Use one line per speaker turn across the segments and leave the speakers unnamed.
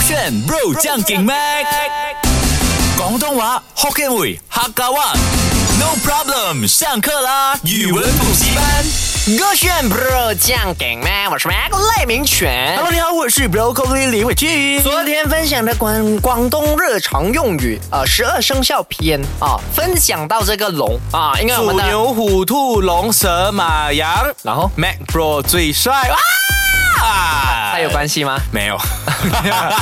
选 Bro 将劲 Mac，广东话 Hokkien 语客家话。No problem，上课啦！语文补习班。
歌炫 bro 酱梗麦，我是 Mac 赖明全。
Hello，你好，我是 Broccoli 李伟俊。
昨天分享的广广东日常用语，呃，十二生肖篇啊，分享到这个龙啊，因为我
鼠
们的
牛、虎、兔、龙、蛇、马、羊，
然后
Mac Bro 最帅啊！
它有关系吗？
没 有？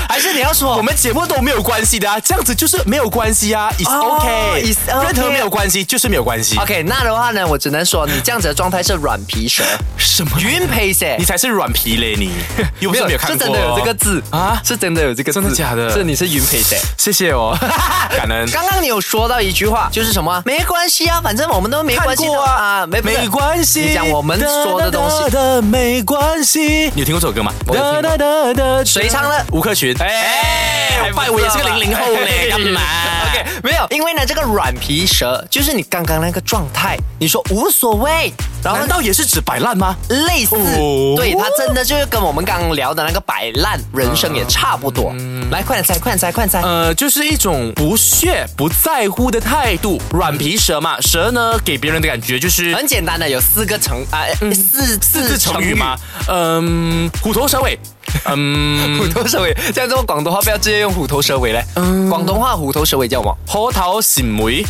还是你要说
我们节目都没有关系的啊，这样子就是没有关系啊，It's 啊
哦
OK，
it's okay
任何没有关系就是没有关系。
OK，那的话呢，我只能说你这样子的状态是软皮蛇，
什么？
云配色
你。才是软皮嘞 你，又不是没有看
是
过，
真的欸有这个字
啊
是真的有这个字，
真的假的
是你是云配色。
谢谢哦， 感 恩。
刚刚你有说到一句话，就是什么啊？没关系啊，反正我们都没关系的
看过啊
没不是
没关系，
你讲我们说的东西
哒哒哒没关系。你有听过这首歌吗？
我有听过
哒哒哒哒
谁唱的
吴克群。
哎
哎，拜我也是个零零后 嘞，干嘛
？OK，没有，因为呢，这个软皮蛇就是你刚刚那个状态，你说无所谓，然后
难
到
道也是指摆烂吗？
类似，
哦
对，它真的就是跟我们刚刚聊的那个摆烂人生也差不多。
嗯
来，快点猜，快点猜，快点猜。
呃，就是一种不屑、不在乎的态度，软皮蛇嘛。蛇呢，给别人的感觉就是
很简单的，有四个成啊，四四
是成语嘛。嗯，虎头蛇尾。嗯，
虎头蛇尾，这样做广东话不要直接用虎头蛇尾嘞。
嗯
广东话虎头蛇尾叫什么？
猴头醒梅，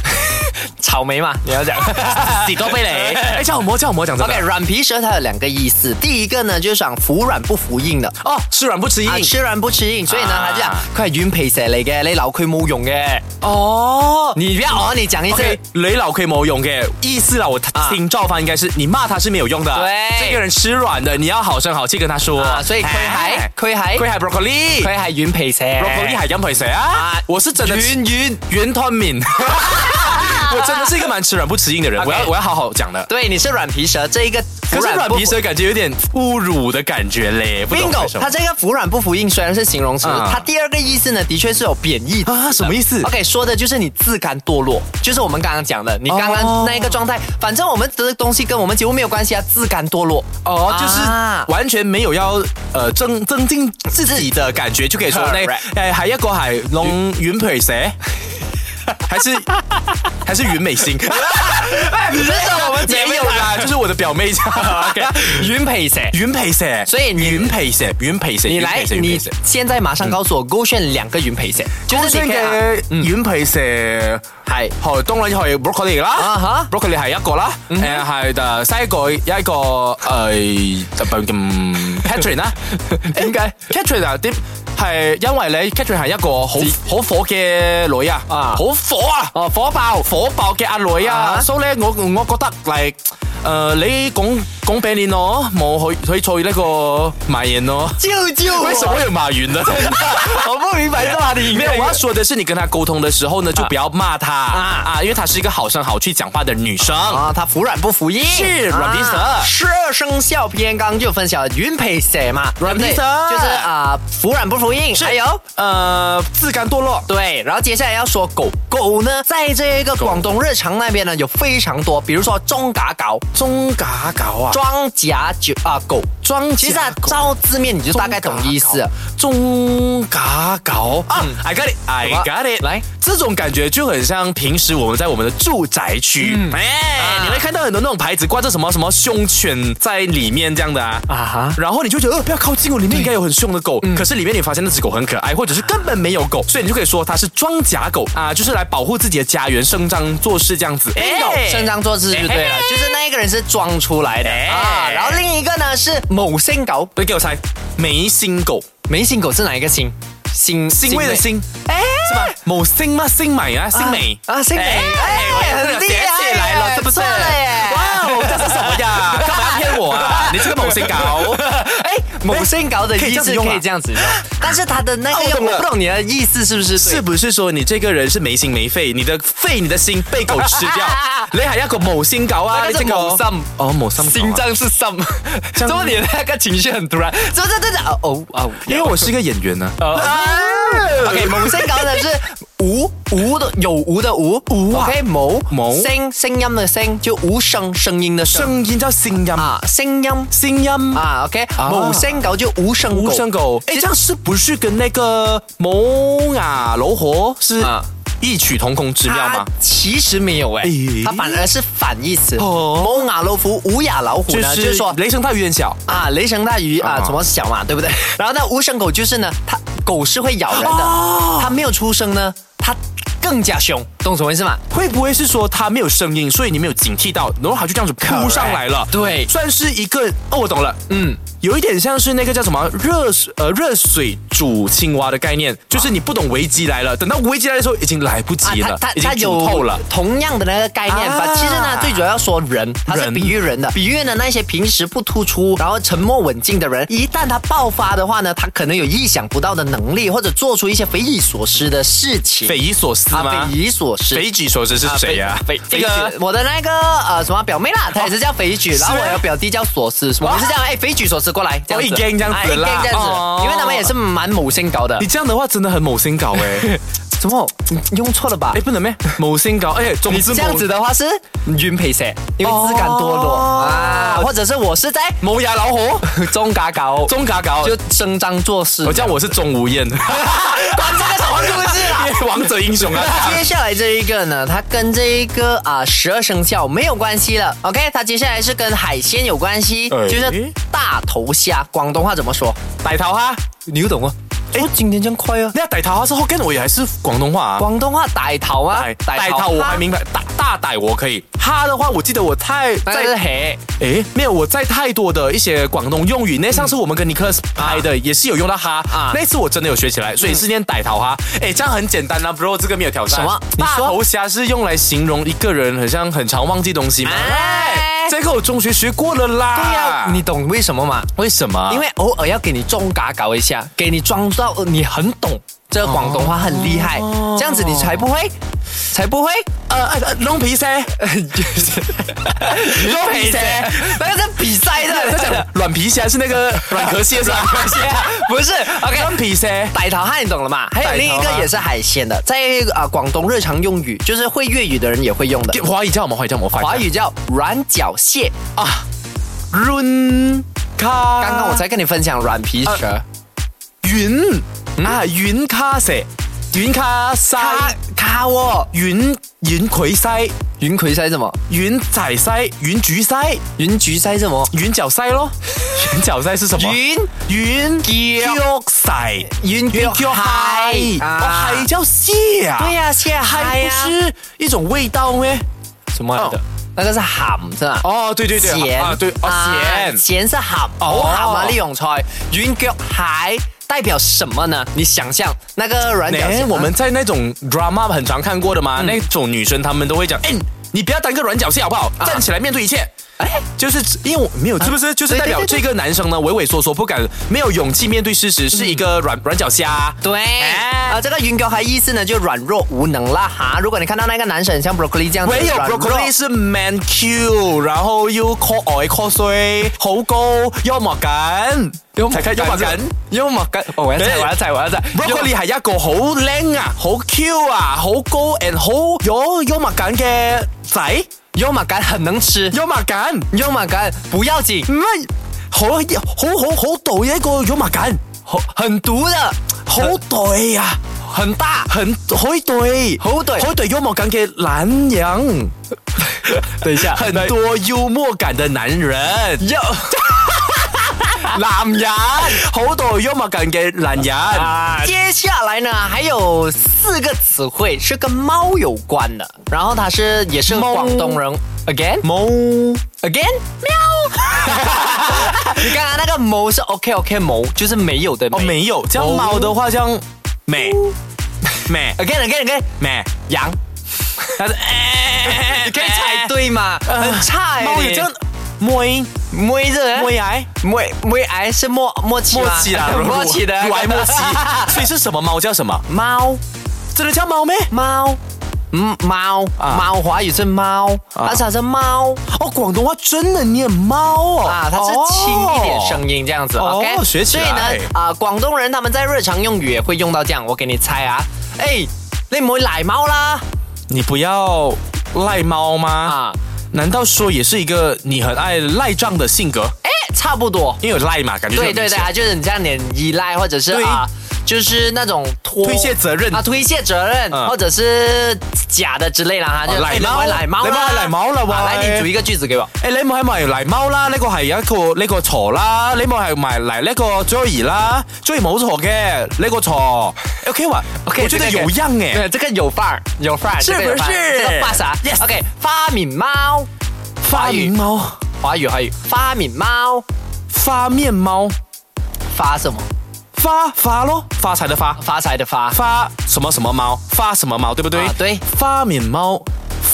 草莓嘛，你要 讲。
几多贝 嘞？哎，叫我魔，叫我魔，讲真
OK，
的。
软皮蛇它有两个意思，第一个呢就是想服软不服硬的，
哦，吃软不吃硬
啊，。吃软不吃硬，所以呢，
啊
他就讲佢係軟皮蛇嚟嘅，你鬧佢冇用嘅。
哦，
你不要哦，你讲一次。
OK，雷老可以某用给意思啦，我
啊
听照翻应该是你骂他是没有用的，
对
这个人吃软的，你要好声好气跟他说。
啊，所以佢係
哎
佢
佢
係
系 broccoli，
佢係軟皮蛇。
broccoli 系饮皮蛇啊
啊！
我是真的
圓
圆圆吞 敏，我真的是一个蛮吃软不吃硬的人，
OK
我要我要好好讲的。
对，你是软皮蛇，这一个
可
服
是
软
软
不
皮。蛇感觉有点侮辱的感觉嘞，不懂为
bingo，
什么
它这个服软不服硬虽然是形容词，
啊
它第二个意思呢，的确是有贬义的
啊什么意思？
OK，说的就是你自甘堕落，就是我们刚刚讲的，你刚
哦
刚那一个状态。反正我们的东西跟我们节目没有关系啊，自甘堕落。
哦，就是
啊
完全沒有要呃增增進自己的呃感覺，就可以 說呢
Correct，
誒係一個係弄軟皮蛇， 還是 還是袁美心？哎
你是说我们
沒
没有
啦，就是我的表妹。
軟皮蛇。
云皮蛇，
所以你
云皮蛇，云皮蛇，
你来，
原嗯
你
皮蛇
现在马上告诉我，勾选两个云培先，就是你可以啊
嘅原皮蛇係，係當然係 broccoli
啊
啦
哈
，broccoli 係一個啦，誒係誒西個一個 ờ, 誒嗯 Catherine 啦，點解 Catherine 啊點？係因為你 Catherine 係一個好好火嘅女啊，
啊
好火啊，
哦火爆
火爆嘅阿女啊，
啊
所以咧我我覺得嚟。誒、你講講俾你咯，冇去去做呢個埋怨咯。
救救
為什麼有埋怨呢？
我不明白这话 题。
没有，我要说的是，你跟她沟通的时候呢，就不要骂她啊
啊
因为她是一个好声好气讲话的女生。
啊，它服软不服硬，
是软皮蛇
啊十二生肖篇刚就分享了云培蛇嘛，
软皮
对不对
蛇
就是啊，服软不服硬，还有。
呃，自甘堕落，
对，然后接下来要说狗狗呢，在这个广东日常那边呢有非常多，比如说中嘎狗、
中假搞啊，
装甲酒啊狗，
装
其实啊，照字面你就大概懂意思了。
中嘎搞啊，I
嗯
got it，I
么
got it，
来，
这种感觉就很像平时我们在我们的住宅区，哎，
啊
你会看到很多那种牌子挂着什么什么凶犬在里面这样的啊，
啊哈
然后你就觉得呃不要靠近我，里面应该有很凶的狗，可是里面你发现那只狗很可爱，或者是根本没有狗，所以你就可以说它是装甲狗啊， 就是来保护自己的家园，伸张做事这样子，哎
伸张作势就对了
哎，
就是那一个人是装出来的
哎
啊。然后另一个呢是某星狗，
对，给我猜，眉心狗，
眉心狗是哪一个星？星
欣慰的，心。
哎，
是吧？某星吗？星美啊，星美
啊星美
哎，
哎
我真的
很厉
学
害
起来了，是不是？
不错了耶
哇，我这是什么呀？干嘛要骗我啊？你这个某星狗，
哎，某星狗的
可以这
意
样
思
子用啊
可以这样子 用，但是它的那
啊
个
我懂了
我不懂你的意思是不是？，
是不是说你这个人是没心没肺？你的肺、你的心被狗吃掉 你还要个某星狗啊？
那
你
个
这
是
个
某心
哦，某心
心
狗啊。
脏是 some，
这样
怎么你的那个情绪很突然？怎么这这这哦哦哦，啊
因为我是一个演员呢。
哦 OK，某星狗呢是无无的有无的无，无
啊
OK，无
无
声声音的声就无声声音的声
聲音即係聲音，
啊，声音
聲音
啊 OK，
啊
无声狗就无声
無
狗，
聲狗。哎，這樣是不是跟那個摩雅柔和是
啊
異曲同工之妙
它
嗎？
啊其实没有哎
诶，
它反而是反义词。
哦
无牙老虎，无牙老虎
就
啊呢，就是
是
说
雷声大雨點小。
啊，雷声大雨啊
啊，
怎么小嘛， 对不对？然后那无声狗就是呢，它狗是会咬人的
哦，
它没有出声呢，它更加凶，懂什么意思吗？
会不会是说它没有声音，所以你没有警惕到，然后它就这样子扑上来了？
哎对
算是一个哦，我懂了，嗯，有一点像是那个叫什么热水呃热水煮青蛙的概念，就是你不懂危机来了，等到危机来的时候已经来不及了，
它
已
它
经煮透了。
同样的那个概念吧。
啊
其实呢，最主要说人，它是
人
比喻人的，比喻呢那些平时不突出，然后沉默稳静的人，一旦他爆发的话呢，他可能有意想不到的能力，或者做出一些匪夷所思的事情。
匪夷所思
啊，
吗
匪？夷所思。
匪举手指是谁啊呀？
匪
这
这个
个
我的那个呃什么表妹啦，她也是叫肥举，然后
是吗
我有表弟叫索斯，我们是这样，哎，肥举索斯过来，这样子，
哦一 gang 这样子
哎一 gang
啦
这样
哦
子，因为他们也是蛮某星高 的
你。这样的话真的很某星搞 哎
怎么你你用错了吧
哎？不能咩某星搞哎，总
你
之
这样
某
子的话是云陪谁？因为
哦
自甘堕落啊，或者是我是在
某牙老 虎
中嘎搞，
中嘎搞，
就声张作势
我。 叫我是钟无艳，
管这个什么故事 啦？
王者英雄啊！
接下来这一个呢，它跟这一个啊十二生肖没有关系了。OK，它接下来是跟海鲜有关系，
哎
就是大头虾，广东话怎么说？
白桃花，
你又懂啊？哎、今天真快啊！
那歹桃花是 Hokkien 语还是广东话啊？
广东话歹头啊，
歹歹桃我还
明
明白，大大歹我可以。哈的话，我记得我太
那个是
在
嘿，
诶没有我在太多的一些广东用语。那上次我们跟尼克斯拍的也是有用到哈
啊嗯
啊，那次我真的有学起来，所以是念歹桃花。诶，这样很简单啦，bro，这个啊没有挑战。
什么你
大
说
头虾是用来形容一个人很像很常忘记东西嘛？
哎
哎，这个我中学学过了啦。
对哎呀、你懂为什么吗？
为什么？
因为偶尔要给你中嘎搞一下，给你装到呃你很懂这个广东话，很厉害，这样子你才不会，才不会。
呃呃龙皮 塞，
说比赛， 那个是比赛
在讲
的，
软皮虾是那个软壳蟹是 吧？软壳蟹
不是 OK。
软皮虾。
歹桃汉你懂了嘛？还有另一
歹
个
桃汉
也是海鲜的，在啊、呃广东日常用语，就是会粤语的人也会用 的，
华语叫什么？华语叫什么？
华语叫软脚蟹。
啊，run 卡。
刚刚我才跟你分享软皮蛇，
云啊云卡塞，云卡塞，
卡卡哦，
云云葵塞，
云葵塞什么？
云仔塞，云菊塞，
云菊塞什么？
云脚塞 咯。云脚塞是什么？
云
云脚塞，
云啊
云
脚
脚
嗨
嗨，哦嗨叫蟹啊？
对呀、蟹啊嗨
嗨
呀、
不是一种味道咩？
什么来的？那个是喊是吧？
哦，对对对，
咸
啊对，哦咸。
咸是喊，好
哦
喊啊！李永才，云脚海代表什么呢？你想象那个软啊脚
哎、
蟹，
我们在那种 drama 很常看过的
嗯
嘛，那种女生她们都会讲，哎、你不要当个软脚蟹好不好？站起来面对一切。
啊哎啊
就是因为我没有，是不是就是代表
对对对
这个男生呢畏畏缩缩，不敢没有勇气面对事实，是一个软软脚虾。
对，
哎
啊，这个云脚海意思呢就软弱无能啦哈。如果你看到那个男生很像 broccoli 这样子，
唯有
软弱
broccoli 是 man Q，然后又 call 爱 call 衰，好高幽默感，才看幽默感。
幽默感，哦我要猜，
对
我要猜，我要猜
broccoli 係一個好靚啊、好 Q 啊、好高 and 好有幽默感嘅仔，
幽默感很能吃，
幽默感。
幽默感不要紧，
唔係好好好好大嘅一個幽默感，好
很毒的，
好大啊，
很大，
很好對，
好對
好對幽默感嘅男人，
等一下
很多幽默感嘅男人，
又
男 人好多幽默感嘅男人。
接下来呢，还有四个词汇是跟猫有关的，然后它是也是
猫
广东人。Again
冇
again 喵， 你刚刚那个谋是 OK OK 谋，就是没有的
哦，
没。
没有，像貓的話，像 咩咩
Again again again
咩
羊，
但是 你
你可以猜对吗？很差哎、
貓哎呃有
你
这樣摸
摸着
摸牙。
摸摸癌是默默契吗，
默契啦
默契的
我还默契，所以是什么猫叫什么？
猫
真的叫猫咩？
猫。嗯，猫
啊
猫华语是猫，而且是猫
哦，广东话真的念猫哦，
啊，它是轻一点
音。
声音这样子。
哦
OK，
学起来
所以呢，啊，广东人他们在日常用语也会用到这样。我给你猜啊，哎，你唔會賴貓啦。
哦你不要赖猫吗？
啊
难道说也是一个你很爱赖账的性格？
哎，差不多。
因为有赖嘛，感觉就
对
很
对
明
对
显
啊，就是你这样点依赖，或者是
对
啊，就是那种拖
推卸责任
啊，推卸责任，
嗯哦
或者是假的之类啦哈，就
賴
哎你
貓
咪賴貓
你咪
啦，
賴貓啦哎喂
啊來，你組一個句子給我。
诶，你唔系埋嚟猫啦，呢、個个系一个呢、個个錯啦，你冇系埋嚟呢個 Joy 啦，Joy 冇錯嘅，呢、個个錯 OK 嘛
OK，
我覺得
這個
有樣诶、
对，这个有范儿，有范儿，
哎是
这个有范儿
不是
这个发啥
Yes
？OK，发敏猫，
花面猫，
华语华语，发敏猫，
花面猫，
发什么？
发发咯，发財的发，
发财的发，
发什麼什麼貓，发什麼貓，對不對？
啊对
花面貓，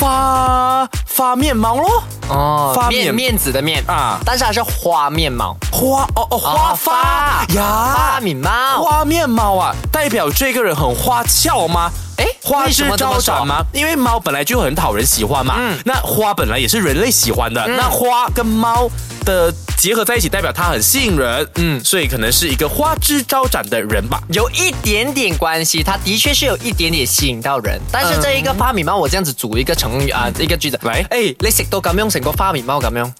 发发面貓咯，
哦
发面
面面子的面
啊
但是它是花面猫，
花哦哦花
啊
发
发发敏猫，
花面猫啊，代表这个人很花俏吗？
诶
花
为什
枝
么这么
招
嗯
展吗？因为猫本来就很讨人喜欢嘛，那花本来也是人类喜欢的，那花跟猫的结合在一起，代表它很吸引人，嗯，所以可能是一个花枝招展的人吧。
有一点点关系，它的确是有一点点吸引到人，但是这一个花米猫，我这样子组一个成语啊、一个句子，
来
哎，你食到咁樣，成個花米貓咁樣，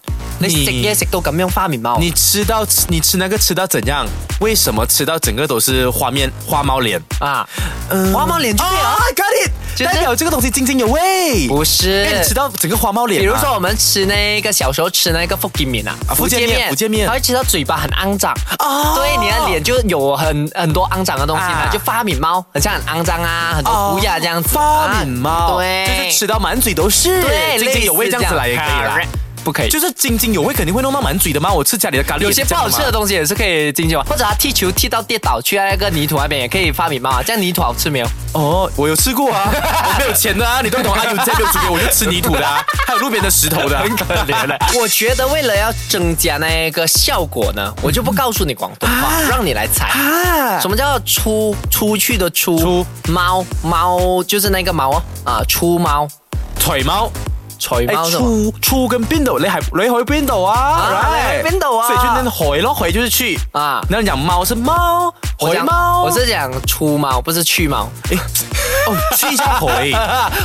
你
你
食嘢食到咁樣花米貓，
你吃到你吃那个吃到怎样？为什么吃到整个都是花面花猫脸？
啊，
嗯
花猫脸就对了
啊，got it，、
就是
代表这个东西津津有味。
不
因为
是
你吃。到整个花猫脸、啊，
比如说，我们吃那个小时候吃那个福建面啊，
啊福建面福建面
它会吃到嘴巴很肮脏，
哦
对，你的脸就有很很多肮脏的东西嘛，
啊
就发敏猫，很像很肮脏啊，很多乌鸦这样子，
哦发敏猫，
啊对，
就是吃到满嘴都是，
对，
津津有味
类似
这样子来也可以啦。哎
Correct，不可以，
就是津津有味肯定会弄到满嘴的嘛，我吃家里的咖喱
有
也
些
是
不
这样
好吃的
嘛，
东西也是可以进去玩，或者他踢球踢到跌倒去那个泥土那边也可以发米猫啊，这样泥土好吃没有？
哦，我有吃过 啊，我没有钱的啊，你都懂啊，有钱没有钱给我我就吃泥土的 啊，还有路边的石头的，啊很可怜的。
我觉得为了要增加那个效果呢，我就不告诉你广东话，让你来猜。
啊
什么叫出出去的出？
出
猫猫就是那个猫啊啊，出猫，
哎腿猫，
除
哎
猫是吗？
出出跟邊度？你係你去邊度啊？
你去邊度啊
所以就念回咯，回就是去
啊
啊。那讲貓是貓，
我
回
讲
貓，
我是讲出猫，不是去猫。
哎哦，去一下 回，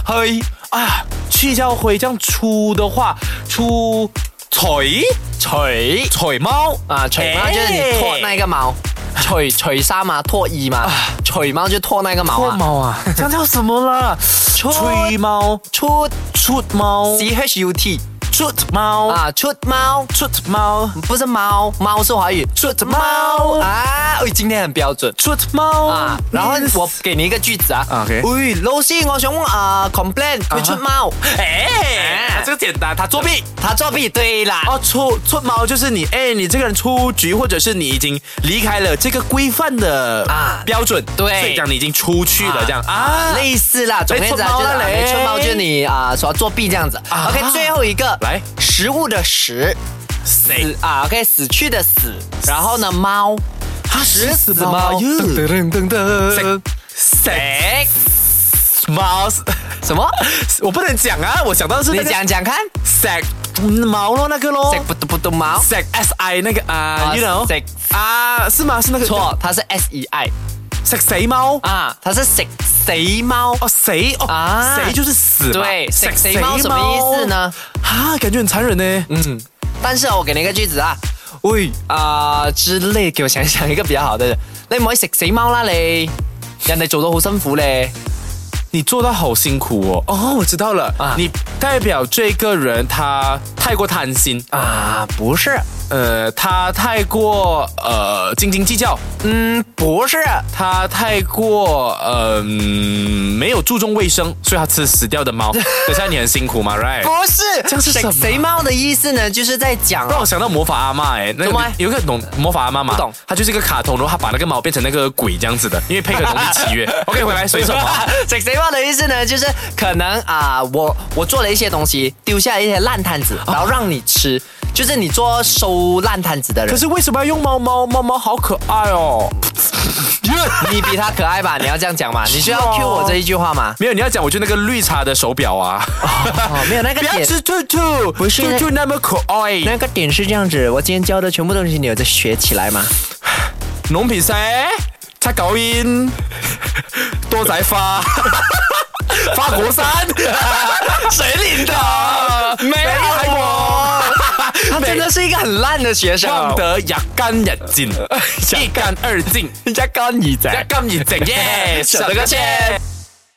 回啊，去一下回，这样出的话，出腿腿腿猫
啊，除猫
哎
就是你脱那个毛，除除衫嘛，脱衣
啊
嘛，除猫就脱那个毛
脱
啊。
猫啊，这样叫什么 啦？
出
吹猫
出
出猫
C H U T
出猫
啊，出猫
出猫
不是猫，猫是华语，出猫
猫
啊！哎，今天很标准。
出猫
啊，然后我给你一个句子啊
啊，OK
喂，老师，我想啊、呃 complain 佢出猫，
哎
哎，
这个简单，他作弊。
他作弊，对啦，
哦，出出猫就是你，哎，你这个人出局，或者是你已经离开了这个规范的
啊
标准，
对
所以讲你已经出去了，这样啊，
类似啦，总而言之啊
出
就
猫
是
啦
啊
嘞
你出猫就是你啊、呃说作弊这样子。
啊
OK，最后一个
来
食物的食
谁
死啊，OK 死去的死，然后呢猫
啊，食
死猫，
食
噔噔噔，
死猫，
什么？
我不能讲啊，我想到的是那
你
个
讲讲看，
食毛咯，那个咯
食，不嘟不嘟猫，
食 S I 那个啊
啊
，you know
食
啊，是吗？是那个
错，它是 S E I
食谁猫？
啊，它是食谁猫？
哦，谁哦
啊，
谁就是死嘛，
对，食谁猫什么意思？呢？
啊，感觉很残忍呢。
嗯，但是我给你一个句子啊，喂啊、之类，给我想想一个比較好的。你唔可以食死貓啦你，人哋做到好辛苦咧。
你做到好辛苦哦。哦，我知道了，
啊
你代表这个人他太过贪心，
啊，不是，
呃，他太过呃斤斤计较，
嗯，不是，
他太过呃嗯没有注重卫生，所以他吃死掉的 猫。等下你很辛苦嘛，right？
不是，
这样是什
食
么
死貓的意思呢，就是在讲
让我想到魔法阿妈哎、那
怎么
个有一个懂魔法阿妈嘛，
不懂
她就是一个卡通，然后她把那个猫变成那个鬼这样子的，因为配合农历七 月。OK，回来水 手猫。
食死猫的意思呢，就是可能啊、我我做了一些东西，丢下一些烂摊子，然后让你吃，就是你做收烂摊子的人
可。是为什么要用猫猫？猫猫好可爱 哦。
你比他可爱吧？你要这样 讲嘛？你需要
是哦
Q 我这一句话嘛？
没有，你要讲，我就那个绿茶的手表啊。
哦，没有那个
不要
点，
吃兔兔，
不是
兔兔那么可爱。
那个点是这样子。我今天教的全部东西，你有在学起来吗？
农皮塞，擦高音，多仔花，花果山
谁领 的？
啊，没有我。
他真的是一个很烂的学 生。哦
望得一干一净，一干二净，
人家干你仔
一干二净耶！省
省了
了
个
个
钱
钱。